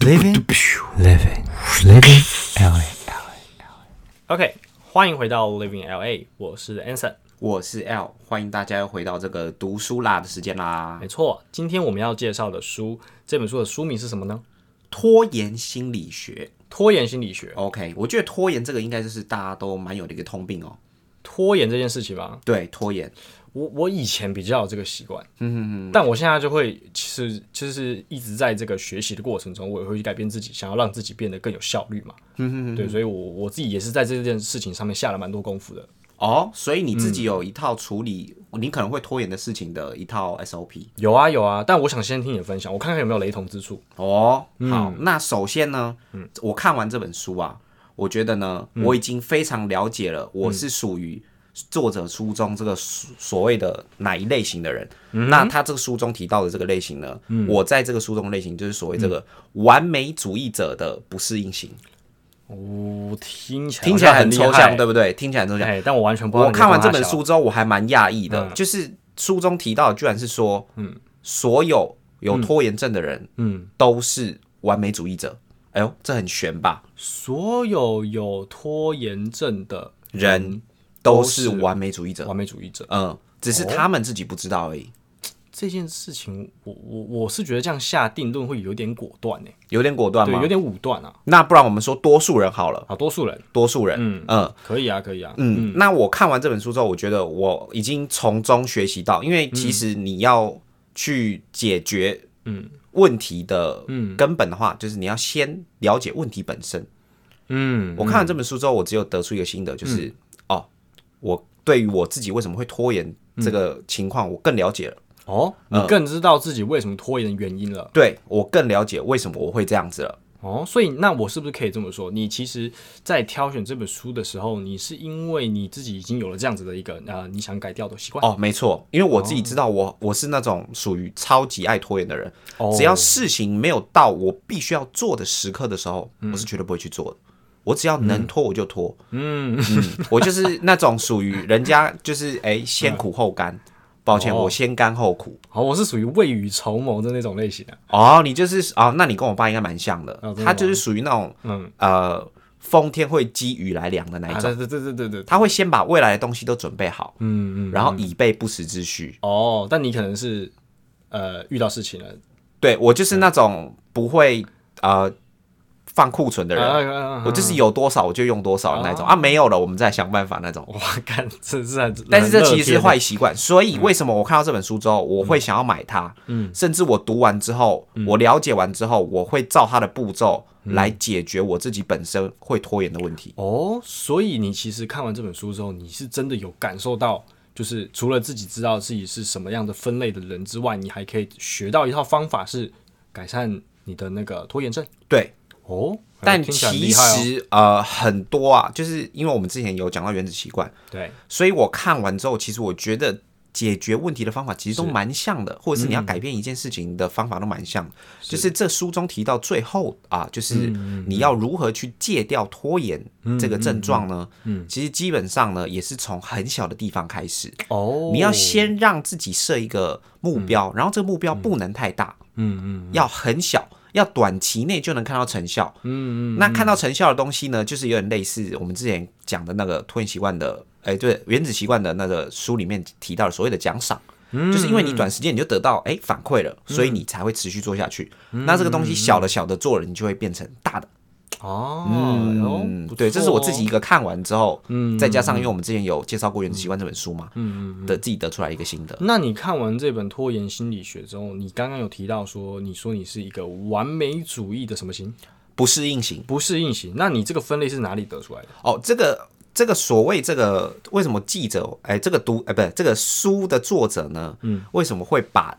Living Living Living LA OK，欢迎回到 Living LA，我是 Anson。我是 L，欢迎大家又回到这个读书啦的时间啦没。错，今天我们要介绍的书，这本书的书名是什么呢？拖延心理学拖延心理学。哦，OK，我觉得拖延这个应该就是大家都蛮有的一个通病哦。拖延这件事情吧，对，拖延，我我以前比较有这个习惯，嗯但我现在就会，其实就是一直在这个学习的过程中，我也会去改变自己，想要让自己变得更有效率嘛。嗯对，所以我我自己也是在这件事情上面下了蛮多功夫的。哦，所以你自己有一套处理你可能会拖延的事情的一套 SOP 有啊有啊，但我想先听你的分享，我看看有没有雷同之处。哦。好，那首先呢，我看完这本书啊，我觉得呢，我已经非常了解了，我是属于作者书中这个所所谓的哪一类型的人。那他这个书中提到的这个类型呢，我在这个书中的类型就是所谓这个完美主义者的不适应型，哦，听起来听起来很好像抽厉害象，对不对？听起来很抽象。哎，但我完全不知道我你在看完这干嘛本小嗯书之后，我还蛮讶异的，就是书中提到的居然是说，嗯，所有有拖延症的人，嗯，都是完美主义者。哎呦，这很悬吧？所有有拖延症的人都都是是完美主义者，完哦美主义者嗯，只是他们自己不知道而已，这件事情，我我我是觉得这样下定论会有点果断哎、有点果断对，吗有？点武断啊。那不然我们说多数人好了，好，多数人多数人，嗯嗯。可以啊，可以啊。嗯，那我看完这本书之后，我觉得我已经从中学习到，因为其实你要去解决嗯问题的根本的话，就是你要先了解问题本身。嗯，我看完这本书之后，我只有得出一个心得，就是、哦，我对于我自己为什么会拖延这个情况，我更了解了。哦，嗯你更知道自己为什么拖延的原因了。对我更了解为什么我会这样子了。哦，所以那我是不是可以这么说？你其实，在挑选这本书的时候，你是因为你自己已经有了这样子的一个呃，你想改掉的习惯。哦，没错，因为我自己知道我，我是那种属于超级爱拖延的人。哦只要事情没有到我必须要做的时刻的时候，我是绝对不会去做的。我只要能拖我就拖，嗯，我就是那种属于人家就是哎、先苦后甘。抱歉，哦我先甘后苦。好，我是属于未雨绸缪的那种类型啊的、哦，你就是哦，那你跟我爸应该蛮像的，哦真的他就是属于那种嗯呃风天会积雨来凉的那一啊。种，对对对对对对，他会先把未来的东西都准备好，嗯嗯。然后以备不时之需。哦，但你可能是呃遇到事情了，对我就是那种不会呃放库存的人，啊我就是 有多少我就用多少的那种哦啊，没有了我们再想办法那种。哇，干，这是很，但是这其实是坏习习惯，所以为什么我看到这本书之后，我会想要买它？嗯，甚至我读完之后，我了解完之后，我会照它的步骤嗯来解决我自己本身会拖延的问题。哦。所以你其实看完这本书之后，你是真的有感受到，就是除了自己知道自己是什么样的分类的人之外，你还可以学到一套方法，是改善你的那个拖延症对，哦。但听起来很其厉害哦实呃很多啊，就是因为我们之前有讲到原子习惯，对，所以我看完之后，其实我觉得解决问题的方法其实都蛮像的，或者是你要改变一件事情的方法都蛮像的。就是这书中提到最后啊，就是你要如何去戒掉拖延这个症状呢？嗯，其实基本上呢，也是从很小的地方开始。哦，你要先让自己设一个目标，然后这个目标不能太大，嗯嗯，要很小，要短期内就能看到成效，嗯嗯。那看到成效的东西呢，就是有点类似我们之前讲的那个拖延习惯的，哎，对，原子习惯的那个书里面提到的所谓的奖赏。就是因为你短时间你就得到哎反馈了，所以你才会持续做下去。那这个东西小的小的做了，你就会变成大的。哦，嗯，不对，这是我自错哦己一个看完之后，嗯，再加上因为我们之前有介绍过《原子习惯》这本书嘛，嗯嗯，的自己得出来一个心得。哦那你看完这本《拖延心理学》之后，你刚刚有提到说，你说你是一个完美主义的什么型？不适应型不适应型。那你这个分类是哪里得出来的？哦，这个这个所谓这个为什么记者哎，这个读哎不是这个书的作者呢，嗯，为什么会把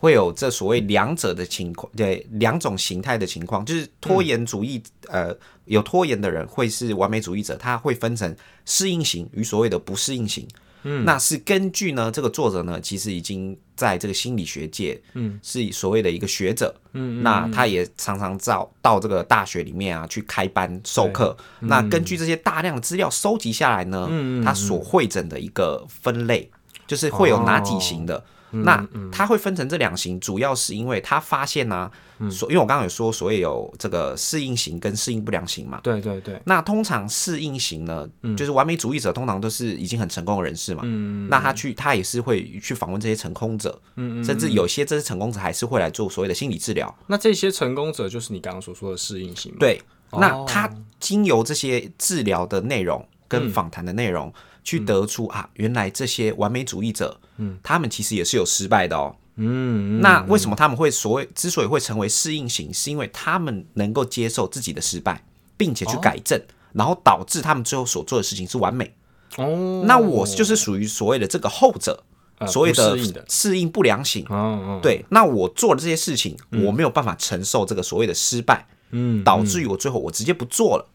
会有这所谓两者的情况，对两种形态的情况，就是拖延主义、呃有拖延的人会是完美主义者，他会分成适应型与所谓的不适应型。嗯，那是根据呢，这个作者呢，其实已经在这个心理学界，嗯，是所谓的一个学者，嗯，那他也常常到到这个大学里面啊去开班授课。那根据这些大量的资料嗯收集下来呢，他所会诊的一个分类，就是会有哪几型的。那它会分成这两型，主要是因为它发现啊呢、所因为我刚刚有说，所以有这个适应型跟适应不良型嘛。对对对，那通常适应型呢，就是完美主义者，通常都是已经很成功的人士嗯嘛。那他去，他也是会去访问这些成功者，甚至有些这些成功者还是会来做所谓的心理治疗。那这些成功者就是你刚刚所说的适应型嘛？对，那他经由这些治疗的内容跟访谈的内容，去得出啊，原来这些完美主义者，嗯，他们其实也是有失败的哦。嗯，嗯那为什么他们会所谓之所以会成为适应型，是因为他们能够接受自己的失败，并且去改正，然后导致他们最后所做的事情是完美。哦，那我就是属于所谓的这个后者，呃所谓不适应的适应不良型。哦哦，对，那我做的这些事情，我没有办法承受这个所谓的失败，嗯导致于我最后我直接不做了。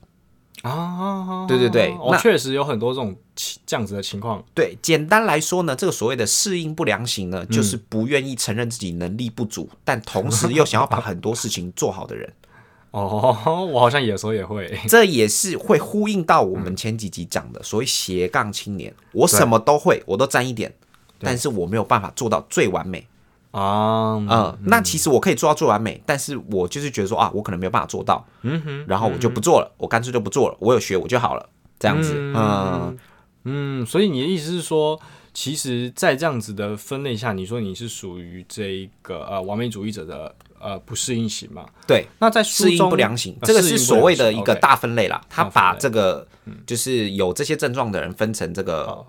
啊，对对对哦，那确实有很多这种情这样子的情况，对，简单来说呢，这个所谓的适应不良型呢，就是嗯不愿意承认自己能力不足，但同时又想要把很多事情做好的人。哦，我好像有时候也会，这也是会呼应到我们前几集讲的，所谓斜杠青年，我什么都会，我都沾一点，但是我没有办法做到最完美。啊，嗯，那其实我可以做到最完美，但是我就是觉得说啊，我可能没有办法做到，嗯哼，然后我就不做了，我干脆就不做了，我有学我就好了，这样子，嗯，嗯，所以你的意思是说，其实，在这样子的分类下，你说你是属于这一个呃完美主义者的呃不适应型嘛？对，那在书适应中不良型，呃这个适应不是所良谓的型哦一个，OK 大分类啦，他大分把类这个就是有这些症状的人分成这个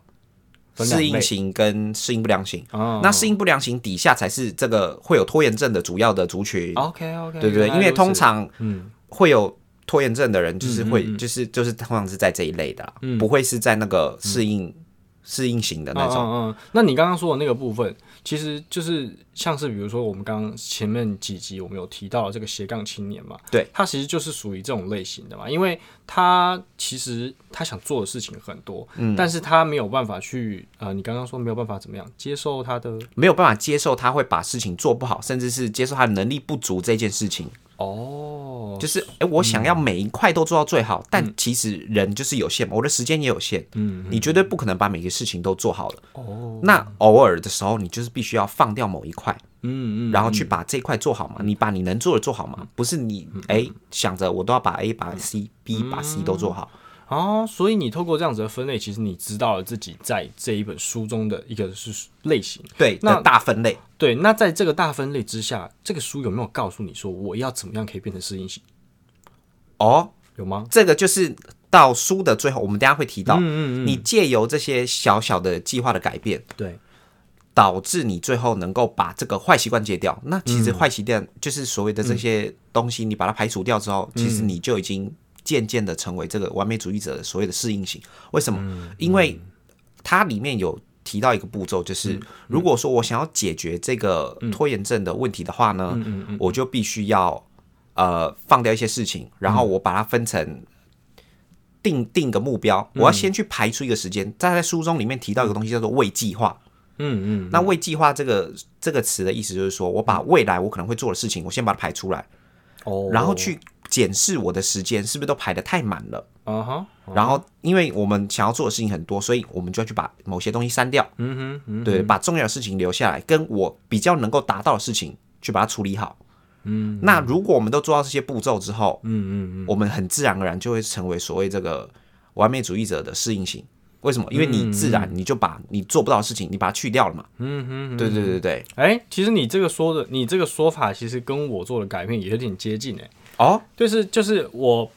分两适应类型跟适应不良型，哦那适应不良型底下才是这个会有拖延症的主要的族群， OK OK，对不对？因为通常嗯会有拖延症的人，就是会、就是就是通常是在这一类的啦，不会是在那个适应、适应型的那种。嗯嗯嗯，那你刚刚说的那个部分，其实就是像是比如说我们刚刚前面几集我们有提到的这个斜杠青年嘛，对，他其实就是属于这种类型的嘛，因为他其实他想做的事情很多，嗯，但是他没有办法去呃，你刚刚说没有办法怎么样接受他的没有办法接受他会把事情做不好，甚至是接受他的能力不足这件事情，哦，就是哎、诶我想要每一块都做到最好，嗯但其实人就是有限嘛，我的时间也有限，嗯，你绝对不可能把每个事情都做好了。哦，那偶尔的时候，你就是必须要放掉某一块，嗯嗯，嗯然后去把这块做好嘛，你把你能做的做好嘛，不是你哎想着我都要把 A 把 C B 把 C 都做好，哦，所以你透过这样子的分类，其实你知道了自己在这一本书中的一个是类型。对，那那大分类对，那在这个大分类之下，这个书有没有告诉你说我要怎么样可以变成适应型？哦，有吗？这个就是到书的最后，我们等一下会提到，嗯你借由这些小小的计划的改变，对，导致你最后能够把这个坏习惯戒掉。那其实坏习惯就是所谓的这些东西，你把它排除掉之后，其实你就已经渐渐的成为这个完美主义者的所谓的适应型。为什么？因为它里面有提到一个步骤，就是如果说我想要解决这个拖延症的问题的话呢，我就必须要呃放掉一些事情，然后我把它分成。定定个目标，我要先去排出一个时间。在在书中里面提到一个东西叫做未计划，嗯嗯，那未计划这个这个词的意思就是说，我把未来我可能会做的事情，我先把它排出来，嗯哦，然后去检视我的时间是不是都排得太满了。啊哈，然后，因为我们想要做的事情很多，所以我们就要去把某些东西删掉，嗯哼，嗯对，把重要的事情留下来，跟我比较能够达到的事情去把它处理好。嗯，那如果我们都做到这些步骤之后，嗯嗯，我们很自然而然就会成为所谓这个完美主义者的适应型。为什么？因为你自然你就把你做不到的事情，你把它去掉了嘛。嗯哼，对对对对。哎、其实你这个说的，你这个说法其实跟我做的改变也有点接近哎、哦，就是就是我，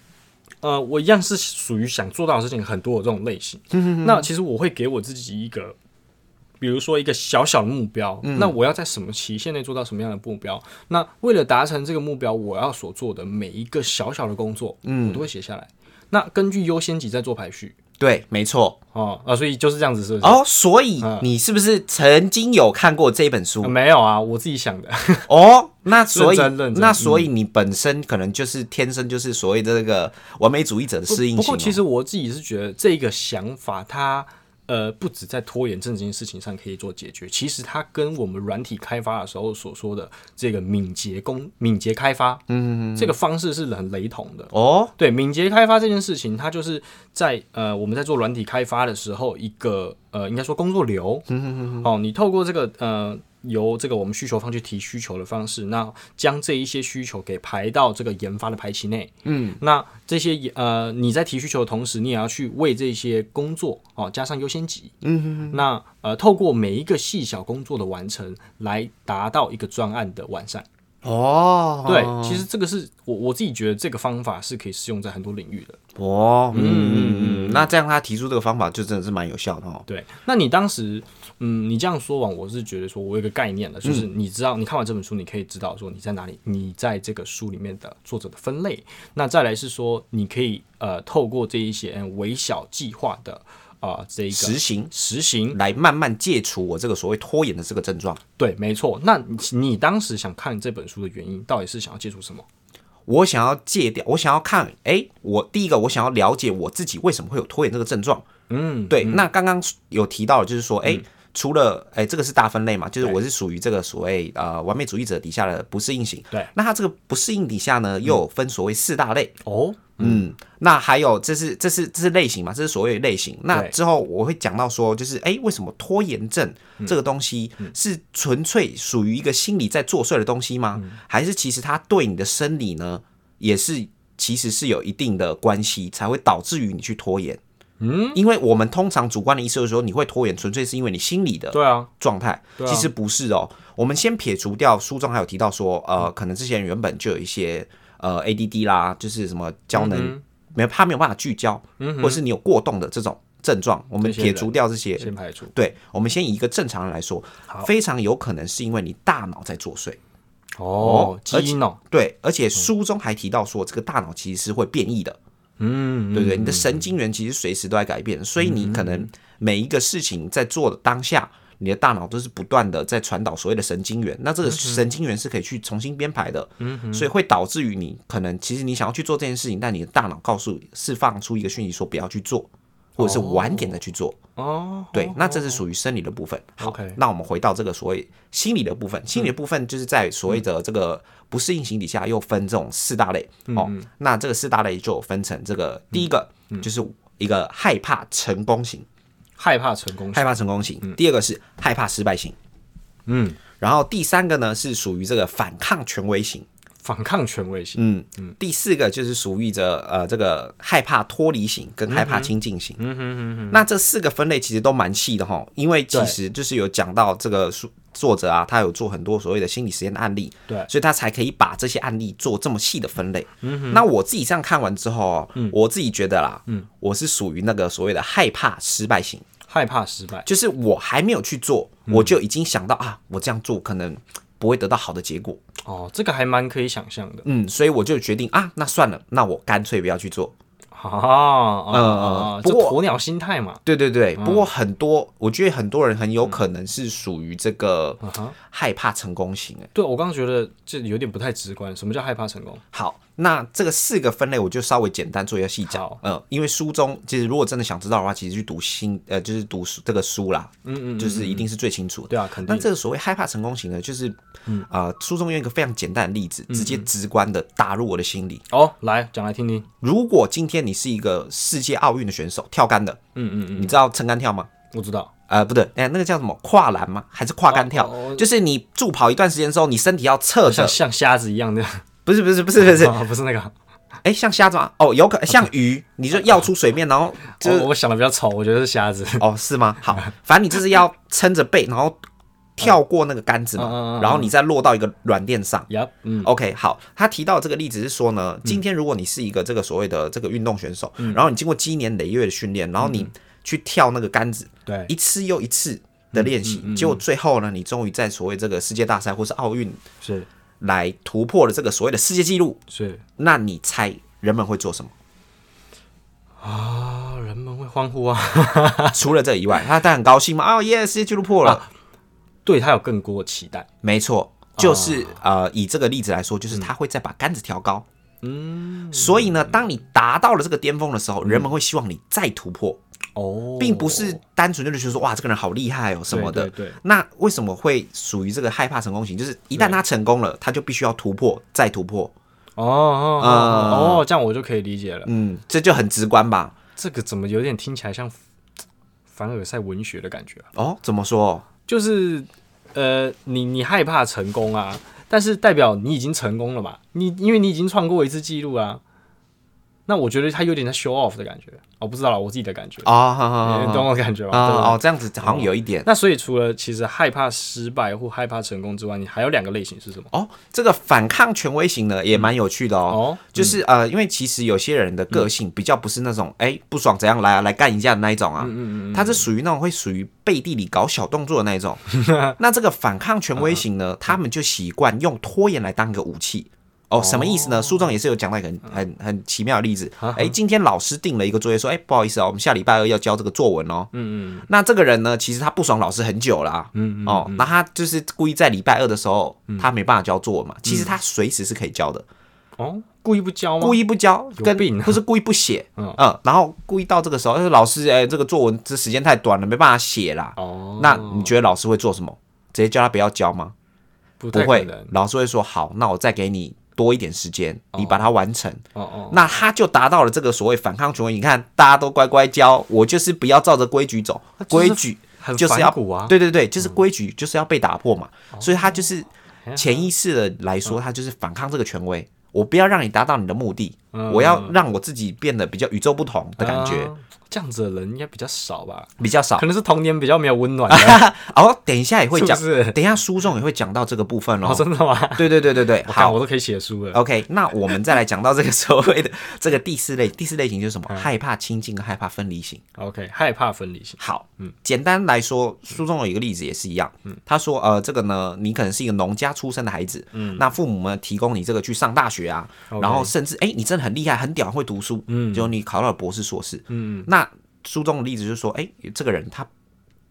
呃，我一样是属于想做到的事情很多的这种类型。那其实我会给我自己一个，比如说一个小小的目标，嗯那我要在什么期限内做到什么样的目标？那为了达成这个目标，我要所做的每一个小小的工作，嗯，我都会写下来。那根据优先级再做排序对，没错。哦啊，所以就是这样子，是不是？哦，所以嗯你是不是曾经有看过这本啊书？没有啊，我自己想的。哦，那所以认真认真嗯那所以你本身可能就是天生就是所谓的这个完美主义者的适应型、不哦。过其实我自己是觉得这个想法它。呃，不止在拖延症这件事情上可以做解决，其实它跟我们软体开发的时候所说的这个敏捷工敏捷开发，嗯这个方式是很雷同的。哦，对，敏捷开发这件事情，它就是在呃我们在做嗯软体开发的时候，一个呃应该说工作流，哦，你透过这个呃由这个我们需求方去提需求的方式，那将这一些需求给排到这个研发的排期内。嗯，那这些也呃，你在提需求的同时，你也要去为这些工作哦加上优先级。嗯哼那呃，透过每一个细小工作的完成，来达到一个专案的完善。哦，对，其实这个是我我自己觉得这个方法是可以适用在很多领域的。哦，嗯嗯嗯，那这样他提出这个方法就真的是蛮有效的哦。对，那你当时，嗯，你这样说完，我是觉得说，我有一个概念了，嗯就是你知道，你看完这本书，你可以知道说你在哪里，你在这个书里面的作者的分类。那再来是说，你可以呃，透过这一些嗯微小计划的啊、呃这一个实行实行，来慢慢戒除我这个所谓拖延的这个症状。对，没错。那你你当时想看这本书的原因，到底是想要接触什么？我想要戒掉，我想要看，哎，我第一个我想要了解我自己为什么会有拖延这个症状。嗯，对，那刚刚有提到，就是说，哎、除了哎、这个是大分类嘛，就是我是属于这个所谓呃完美主义者底下的不适应型。对嗯那它这个不适应底下呢，又有分所谓四大类。哦，嗯，那还有这是这是这是类型嘛，这是所谓类型。那对之后我会讲到说，就是哎、为什么拖延症这个东西是纯粹属于一个心理在作祟的东西吗？还是其实它对你的生理呢，也是其实是有一定的关系，才会导致于你去拖延？嗯，因为我们通常主观的意思就是说，你会拖延，纯粹是因为你心理的对啊，状态，啊其实不是哦。我们先撇除掉书中还有提到说，嗯呃，可能这些人原本就有一些呃 ADD 啦，就是什么焦能，嗯没有他没有办法聚焦，或者是你有过动的这种症状，我们这些人撇除掉这些。先排除。对，我们先以一个正常人来说，非常有可能是因为你大脑在作祟。哦，基而因哦，对，而且书中还提到说，这个大脑其实是会变异的，嗯，对不对？你的神经元其实随时都在改变，所以你可能每一个事情在做的当下，你的大脑都是不断的在传导所谓的神经元。那嗯这个神经元是可以去重新编排的，所以会导致于你可能其实你想要去做这件事情，但你的大脑告诉你释放出一个讯息说不要去做，或者是晚点再去做。哦，嗯对，那这是属于生理的部分。好 OK 那我们回到这个所谓心理的部分，心理的部分就是在所谓的这个不适应型底下又分这种四大类、哦。那这个四大类就有分成这个第一个、就是一个害怕成功型，害怕成功，害怕成功型；第二个是害怕失败型，嗯，然后第三个呢是属于这个反抗权威型，反抗权威性，嗯，第四个就是属于着呃这个害怕脱离型跟害怕亲近型。嗯哼嗯哼。那这四个分类其实都蛮细的哈，因为其实就是有讲到这个书作者啊，他有做很多所谓的心理实验的案例，对所以他才可以把这些案例做这么细的分类。嗯哼。那我自己这样看完之后哦，我自己觉得啦，嗯，我是属于那个所谓的害怕失败型。害怕失败，就是我还没有去做，我就已经想到啊，我这样做可能不会得到好的结果，哦，这个还蛮可以想象的嗯，所以我就决定啊，那算了，那我干脆不要去做，啊啊啊！嗯这不过鸵鸟心态嘛，对对对，不过很多，我觉得很多人很有可能是属于这个哈害怕成功型。哎，对我刚刚觉得这有点不太直观。什么叫害怕成功？好，那这个四个分类我就稍微简单做一个细讲好。嗯，因为书中其实如果真的想知道的话，其实去读新呃，就是读书这个书啦，嗯嗯，就是一定是最清楚的。对啊，肯那定这个所谓害怕成功型呢，就是啊，书中用一个非常简单的例子，直接直观的打入我的心里。哦，来讲来听听。如果今天你是一个世界奥运的选手，跳杆的，嗯嗯，你知道撑杆跳吗？我知道，呃，不对，哎、那个叫什么跨栏吗？还是跨杆跳？哦哦就是你助跑一段时间之后，你身体要侧像着，像瞎子一样的，不是不是不是不 是，啊不是那个，哎、像虾子吗？哦，有可像鱼，你就要出水面，然后就我我想的比较丑，我觉得是瞎子。 哦是吗？好，反正你就是要撑着背，然后跳过那个杆子嗯嗯嗯嘛嗯，然后你再落到一个软垫上。呀，嗯， OK，好，他提到这个例子是说呢，今天如果你是一个这个所谓的这个运动选手，嗯然后你经过积年累月的训练，然后你去跳那个杆子，对一次又一次的练习，结果最后呢，你终于在所谓这个世界大赛或是奥运是来突破了这个所谓的世界纪录，是那你猜人们会做什么？啊，人们会欢呼啊，除了这以外，他他很高兴吗？哦耶，世界纪录破了！对他有更多的期待。没错，就是、呃，以这个例子来说，就是他会再把杆子调高。嗯，所以呢，当你达到了这个巅峰的时候，人们会希望你再突破，哦，并不是单纯就是说哇，这个人好厉害哦什么的。对对对那为什么会属于这个害怕成功型？就是一旦他成功了，他就必须要突破，再突破。哦哦啊哦哦，这样我就可以理解了。嗯，这就很直观吧？这个怎么有点听起来像凡尔赛文学的感觉啊？哦，怎么说？就是呃，你你害怕成功啊，但是代表你已经成功了嘛？你因为你已经创过一次记录啊。那我觉得他有点在 show off 的感觉，我、哦、不知道啦，我自己的感觉，啊，好好你好懂我的感觉吗？对啊哦，这样子好像有一点那所以除了其实害怕失败或害怕成功之外，你还有两个类型是什么？哦。这个反抗权威型的也蛮有趣的哦，哦，就是呃，因为其实有些人的个性比较不是那种哎、不爽怎样来啊来干一架的那一种啊，嗯嗯嗯，他是属于那种会属于背地里搞小动作的那一 种。那这个反抗权威型呢，他们就习惯用拖延来当一个武器。哦，嗯什么意思呢？书中也是有讲到一个很很很奇妙的例子。哎，今天老师定了一个作业，说，哎，不好意思啊，我们下礼拜二要交这个作文哦。嗯嗯。那这个人呢，其实他不爽老师很久了、啊。嗯嗯。哦，那他就是故意在礼拜二的时候，他没办法交作文嘛。其实他随时是可以交的，哦，故意不教吗？故意意不交，有跟病啊不是故意不写，嗯嗯，然后故意到这个时候，哎，老师，哎，这个作文这时间太短了，没办法写啦。哦，那你觉得老师会做什么？直接叫他不要交吗？不不太可会能，老师会说好，那我再给你多一点时间，你把它完成。哦哦，那他就达到了这个所谓反抗权威。你看，大家都乖乖交，我就是不要照着规矩走，就是规矩很就是要反骨啊，哦对对对，就是规矩就是要被打破嘛。所以他就是哎潜意识的来嗯说，他就是反抗这个权威。我不要让你达到你的目的，嗯我要让我自己变得比较与众不同的感觉，啊这样子的人应该比较少吧？比较少可。能是童年比较没有温暖的，哦，等一下 也会讲，是不是 等一下书中也会讲到这个部分哦，哦。真的吗？对对对对 对，我看好我，都可以写书了。 OK，那我们再来讲到这个所谓的这个第四类，第四类型就是什么？嗯害怕亲近跟害怕分离型。 OK，害怕分离型，好，简单来说，书中有一个例子也是一样，他说，呃，这个呢，你可能是一个农家出身的孩子，那父母们提供你这个去上大学啊， OK 然后甚至，哎，你真的很厉害，很屌，会读书，嗯，结果你考到了博士、硕士，嗯，那书中的例子就是说，哎，这个人他。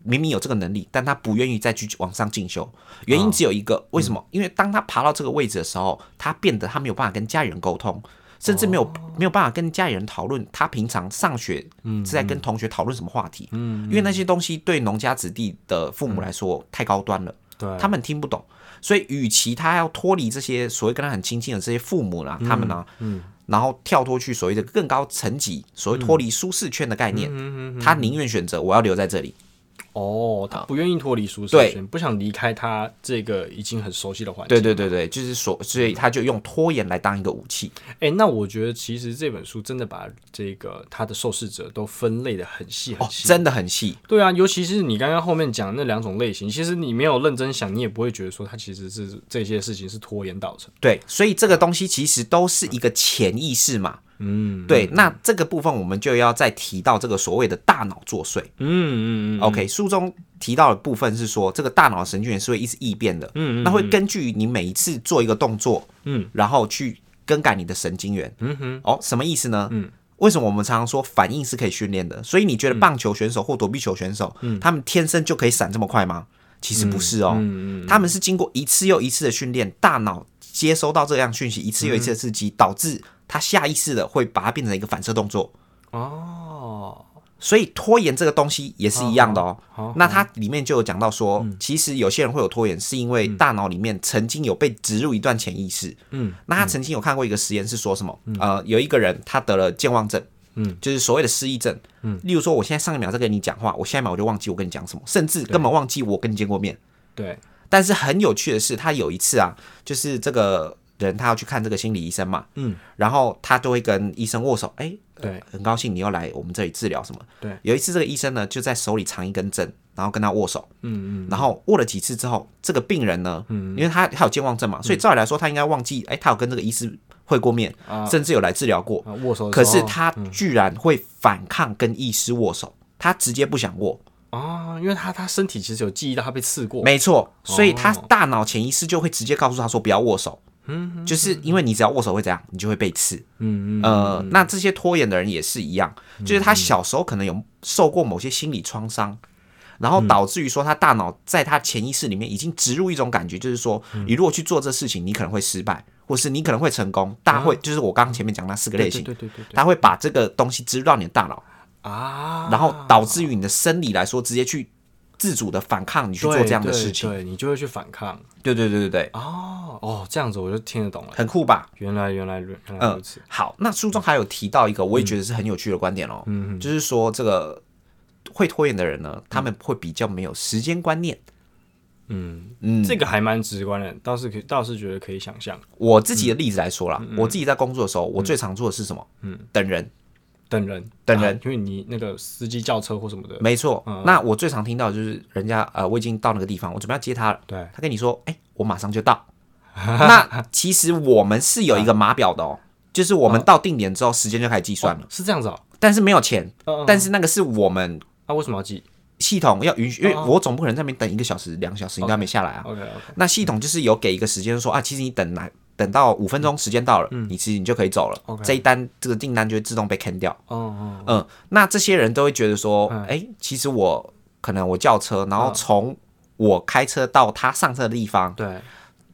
明明有这个能力，但他不愿意再去往上进修，原因只有一个，为什么？因为当他爬到这个位置的时候，他变得他没有办法跟家里人沟通，甚至没有、没有办法跟家里人讨论他平常上学是在跟同学讨论什么话题，因为那些东西对农家子弟的父母来说太高端了，对，他们听不懂，所以与其他要脱离这些所谓跟他很亲近的这些父母嗯啦，他们呢，然后跳脱去所谓的更高层级，所谓脱离舒适圈的概念，嗯他宁愿选择我要留在这里，哦，他不愿意脱离舒适对圈，不想离开他这个已经很熟悉的环境。对对对对，就是所，所以他就用拖延来当一个武器，哎、那我觉得其实这本书真的把这个他的受试者都分类的很细很哦，细。真的很细，对啊，尤其是你刚刚后面讲的那两种类型，其实你没有认真想，你也不会觉得说他其实是这些事情是拖延导成。对，所以这个东西其实都是一个潜意识嘛，嗯对，那这个部分我们就要再提到这个所谓的大脑作祟。嗯嗯嗯， OK，书中提到的部分是说，这个大脑神经元是会一直异变的，嗯那会根据你每一次做一个动作，嗯，然后去更改你的神经元，嗯哼，哦，什么意思呢？嗯。为什么我们常常说反应是可以训练的？所以你觉得棒球选手或躲避球选手，他们天生就可以闪这么快吗？其实不是哦，他们是经过一次又一次的训练，大脑接收到这样讯息一次又一次的刺激，导致他下意识的会把它变成一个反射动作。哦，所以拖延这个东西也是一样的哦。好嗯那它里面就有讲到说，其实有些人会有拖延，是因为大脑里面曾经有被植入一段潜意识。嗯，那他曾经有看过一个实验，是说什么？呃，有一个人他得了健忘症，嗯，就是所谓的失忆症。嗯，例如说，我现在上一秒在跟你讲话，我下一秒我就忘记我跟你讲什么，甚至根本忘记我跟你见过面。对，但是很有趣的是，他有一次啊，就是这个人他要去看这个心理医生嘛，嗯，然后他就会跟医生握手，哎、对，很高兴你又来我们这里治疗什么。对，有一次这个医生呢就在手里藏一根针，然后跟他握手，嗯嗯，然后握了几次之后，这个病人呢，嗯因为他他有健忘症嘛，所以照理来说他应该忘记，哎，他有跟这个医师会过面，甚至有来治疗过，啊握嗯手的时可候。嗯是他居然会反抗跟医师握手，他直接不想握。啊，因为他他身体其实有记忆到他被刺过。没错，所以他大脑潜意识就会直接告诉他说不要握手。嗯，就是因为你只要握手会怎样，你就会被刺。嗯嗯，嗯呃，那这些拖延的人也是一样，就是他小时候可能有受过某些心理创伤，然后导致于说他大脑在他潜意识里面已经植入一种感觉，就是说嗯你如果去做这事情，你可能会失败，或是你可能会成功。大会就是我刚刚前面讲那四个嗯类对对型，对对对对他会把这个东西植入到你的大脑，啊，然后导致于你的生理来说直接去自主的反抗你去做对这样的对事情。对你就会去反抗。对对对对对，哦哦，这样子我就听得懂了。很酷吧？原来原来原来如嗯此。，好，那书中还有提到一个，我也觉得是很有趣的观点哦，嗯，就是说这个会拖延的人呢，他们会比较没有时间观念。嗯，这个还蛮直观的，倒是可以倒是觉得可以想象，我自己的例子来说啦，我自己在工作的时候，我最常做的是什么？嗯，等人。等人等人啊因为你那个司机叫车或什么的，没错。那我最常听到的就是人家呃，我已经到那个地方，我准备要接他了。对，他跟你说，哎、我马上就到。 那其实我们是有一个码表的哦，就是我们到定点之后，时间就开始计算了，是这样子哦。但是没有钱嗯嗯嗯。但是那个是我们那为什么要记系统要允许，因为我总不可能在那边等一个小时、两个小时，你都还没下来啊。 ？OK OK，那系统就是有给一个时间说啊，其实你等来等到五分钟时间到了，你其实你就可以走了。 OK 这一单这个订单就会自动被 can 掉。哦哦，嗯，那这些人都会觉得说，哎、其实我可能我叫车，然后从我开车到他上车的地方，对，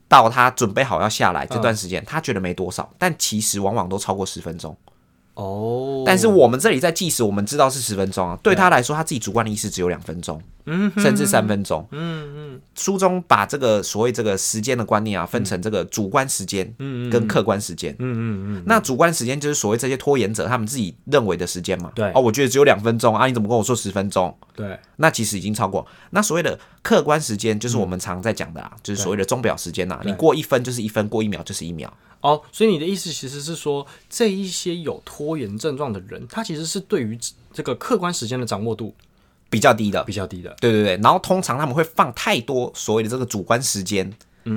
到他准备好要下来这段时间，他觉得没多少，但其实往往都超过十分钟。哦，但是我们这里在计时，我们知道是十分钟啊，对他来说，他自己主观的意识只有两分钟，嗯，甚至三分钟，嗯嗯。书中把这个所谓这个时间的观念啊，分成这个主观时间，嗯跟客观时间，嗯嗯嗯，那主观时间就是所谓这些拖延者他们自己认为的时间嘛。对哦，我觉得只有两分钟啊，你怎么跟我说十分钟？对，那其实已经超过。那所谓的客观时间，就是我们常在讲的啊，就是所谓的钟表时间呐、啊你过一分就是一分，过一秒就是一秒。哦，所以你的意思其实是说，这一些有拖延症状的人，他其实是对于这个客观时间的掌握度比较低的比，较低的。对对对。然后通常他们会放太多所谓的这个主观时间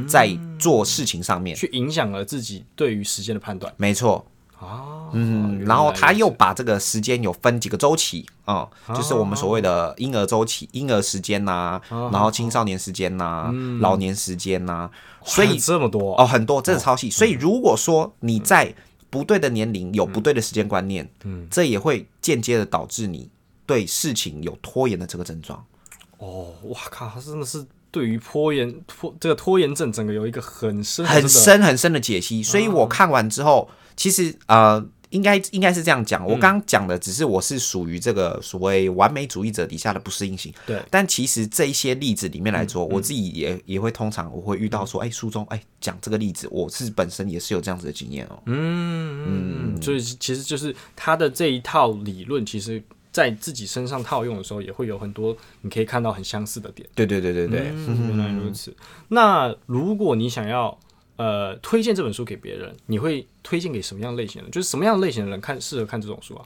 在做事情上面，去影响了自己对于时间的判断没错。啊。嗯，然后他又把这个时间有分几个周期啊、嗯就是我们所谓的婴儿周期、婴儿时间呐、然后青少年时间呐、啊老年时间呐、所以这么多嗯哦，很多，真的超细。所以如果说你在不对的年龄有不对的时间观念，嗯，这也会间接的导致你对事情有拖延的这个症状。哦，哇靠，他真的是对于拖延拖这个拖延症整个有一个很深很深的啊深很深的解析。所以我看完之后，其实呃，应该应该是这样讲。嗯我刚刚讲的只是我是属于这个所谓完美主义者底下的不适应型。对嗯但其实这一些例子里面来说，我自己也也会通常我会遇到说，哎、书中哎讲这个例子，我是本身也是有这样子的经验哦。嗯，所以其实就是他的这一套理论，其实在自己身上套用的时候，也会有很多你可以看到很相似的点。对对对对对，嗯原来如此。那如果你想要呃推荐这本书给别人，你会推荐给什么样类型的人？就是什么样类型的人看适合看这种书啊？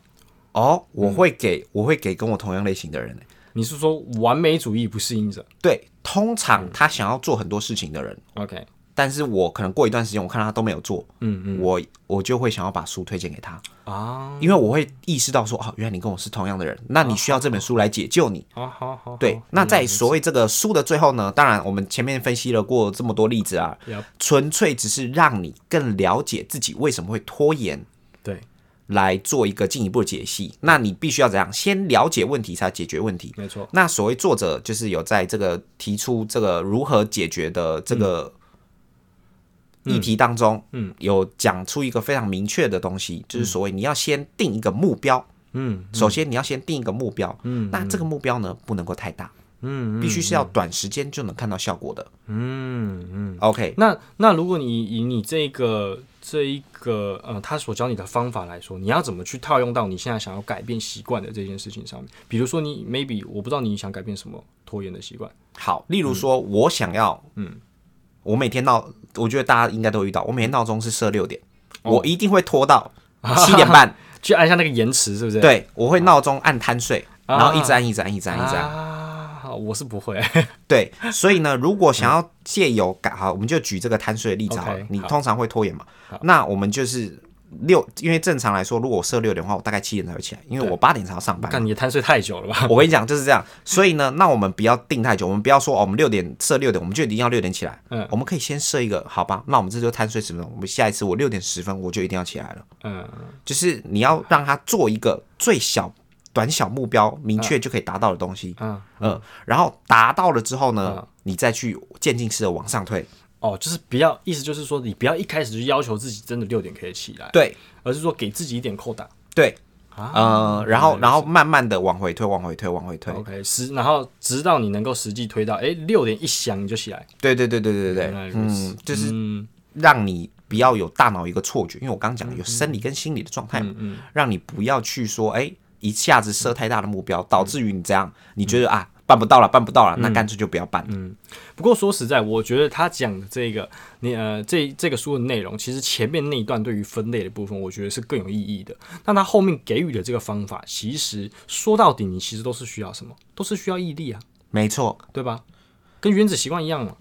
哦，我会给我会给跟我同样类型的人、你是说完美主义不适应者对，通嗯常他想要做很多事情的人， ？OK，但是我可能过一段时间，我看他都没有做，嗯嗯，我我就会想要把书推荐给他，啊因为我会意识到说，哦，原来你跟我是同样的人，那你需要这本书来解救你。好好好，对好，那在所谓这个书的最后呢，当然我们前面分析了过这么多例子啊 Yep，纯粹只是让你更了解自己为什么会拖延，对，来做一个进一步的解析。那你必须要怎样？先了解问题才解决问题。没错，那所谓作者就是有在这个提出这个如何解决的这个议题当中，嗯，有讲出一个非常明确的东西，就是所谓你要先定一个目标，嗯，首先你要先定一个目标，嗯，那这个目标呢不能够太大，嗯，必须是要短时间就能看到效果的嗯嗯。 ，OK，那那如果你以你这个这一个呃他所教你的方法来说，你要怎么去套用到你现在想要改变习惯的这件事情上面？比如说你 maybe 我不知道你想改变什么拖延的习惯，好，例如说我想要，嗯，我每天闹，我觉得大家应该都遇到，我每天闹钟是设六点，我一定会拖到七点 半。 去按一下那个延迟，是不啊是？对，我会闹钟按贪睡，然后一直按，一直按，一直按，一直按。啊，我是不会。 对，所以呢，如果想要借由改好，我们就举这个贪睡的例子好了 OK，。你好通常会拖延嘛？那我们就是六，因为正常来说，如果我设六点的话，我大概七点才会起来，因为我八点才要上班嘛。看你也贪睡太久了 吧？我跟你讲就是这样，所以呢，那我们不要定太久，我们不要说哦，我们六点设六点，我们就一定要六点起来。嗯我们可以先设一个，好吧？那我们这就贪睡十分钟，我们下一次我六点十分我就一定要起来了。嗯，就是你要让他做一个最小、短小目标，明确就可以达到的东西。嗯嗯，然后达到了之后呢，你再去渐进式的往上推。哦，就是不要，意思就是说你不要一开始就要求自己真的六点可以起来，，对而是说给自己一点扣打。对，啊呃，然后然后慢慢的往回推，往回推，往回推。 OK，实然后直到你能够实际推到，哎，六点一响你就起来。对对对对对对原来对，如此嗯，就是嗯让你不要有大脑有一个错觉，因为我刚刚讲有生理跟心理的状态嘛，嗯让你不要去说，哎、一下子设太大的目标，导致于你这样，你觉得啊，办不到了，办不到了，嗯那干脆就不要办了。不过说实在，我觉得他讲的这个，你呃，这这个书的内容，其实前面那一段对于分类的部分，我觉得是更有意义的。那他后面给予的这个方法，其实说到底，你其实都是需要什么？都是需要毅力啊，没错，对吧？跟原子习惯一样嘛。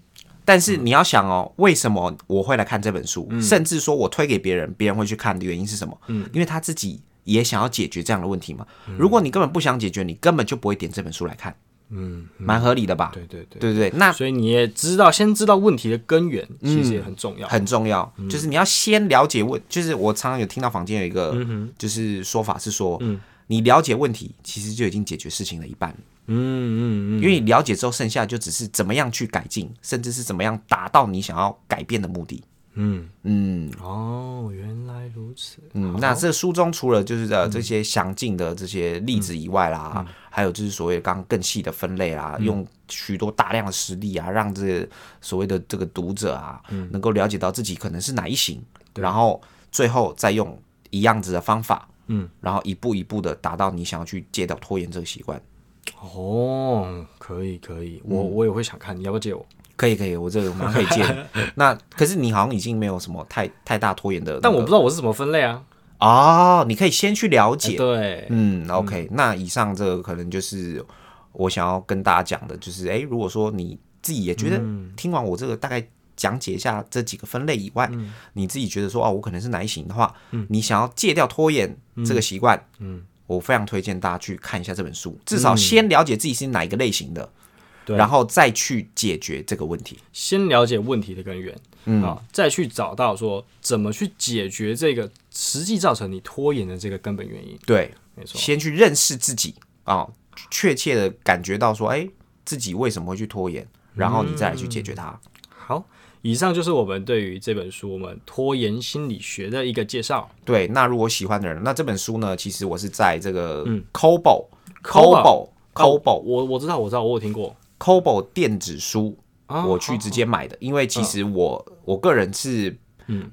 但嗯是你要想哦，为什么我会来看这本书，甚至说我推给别人，别人会去看的原因是什么？嗯，因为他自己也想要解决这样的问题嘛。嗯如果你根本不想解决，你根本就不会点这本书来看。嗯，蛮合理的吧？对对对。对不对？那所以你也知道，先知道问题的根源，其实也很重要。嗯很重要，就是你要先了解问，就是我常常有听到坊间有一个就是说法是说，你了解问题，其实就已经解决事情的一半了。嗯嗯嗯，因为你了解之后，剩下就只是怎么样去改进，甚至是怎么样达到你想要改变的目的。嗯嗯哦，原来如此。嗯，那这书中除了就是嗯呃这些详尽的这些例子以外啦，还有就是所谓刚刚更细的分类嗯啦，用许多大量的实例啊，让这所谓的这个读者啊，嗯能够了解到自己可能是哪一型，然后最后再用一样子的方法，嗯，然后一步一步的达到你想要去戒掉拖延这个习惯。哦，可以可以，我我也会想看，你要不要借我？可以可以，我这个蛮可以借 的。那可是你好像已经没有什么太太大拖延的那个、但我不知道我是怎么分类啊。哎哦，你可以先去了解。对，嗯，OK，那以上这个可能就是我想要跟大家讲的，就是诶，如果说你自己也觉得听完我这个大概讲解一下这几个分类以外，你自己觉得说哦，我可能是哪一型的话，你想要戒掉拖延这个习惯，嗯，我非常推荐大家去看一下这本书，至少先了解自己是哪一个类型的，对然后再去解决这个问题。先了解问题的根源，嗯，啊，再去找到说怎么去解决这个实际造成你拖延的这个根本原因。对，没错，先去认识自己啊、确切的感觉到说，哎，自己为什么会去拖延，然后你再来去解决它。好，以上就是我们对于这本书《我们拖延心理学》的一个介绍。对，那如果喜欢的人，那这本书呢，其实我是在这个 Kobo、Kobo、哦 Kobo、我我知道，我知道，我有听过。 Kobo 电子书，啊我去直接买的，因为其实我我个人是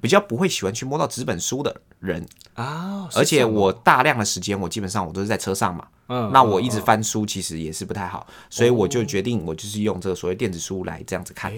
比较不会喜欢去摸到纸本书的人，啊，而且我大量的时间，我基本上我都是在车上嘛，嗯那我一直翻书其实也是不太好，所以我就决定我就是用这个所谓电子书来这样子看。哎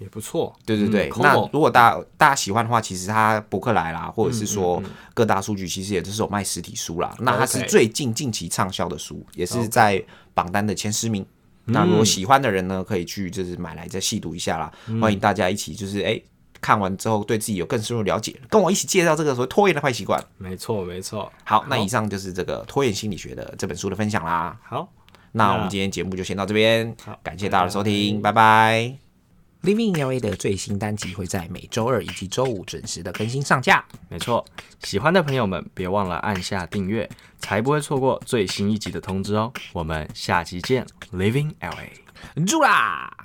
也不错。对对对，嗯那 Kobo 如果大家大家喜欢的话，其实它博客来啦，或者嗯是说各大数据，其实也都是有卖实体书啦。那它是 OK 最近近期畅销的书，也是在榜单的前十名。嗯那如果喜欢的人呢，可以去就是买来再细读一下啦。嗯欢迎大家一起就是哎看完之后对自己有更深入的了解，跟我一起介绍这个所谓拖延的坏习惯。没错，没错。好，那以上就是这个拖延心理学的这本书的分享啦。好，那我们今天节目就先到这边好，感谢大家的收听，拜拜。Living in LA 的最新单集会在每周二以及周五准时的更新上架。没错。喜欢的朋友们，别忘了按下订阅，才不会错过最新一集的通知哦。我们下期见，Living LA。住啦！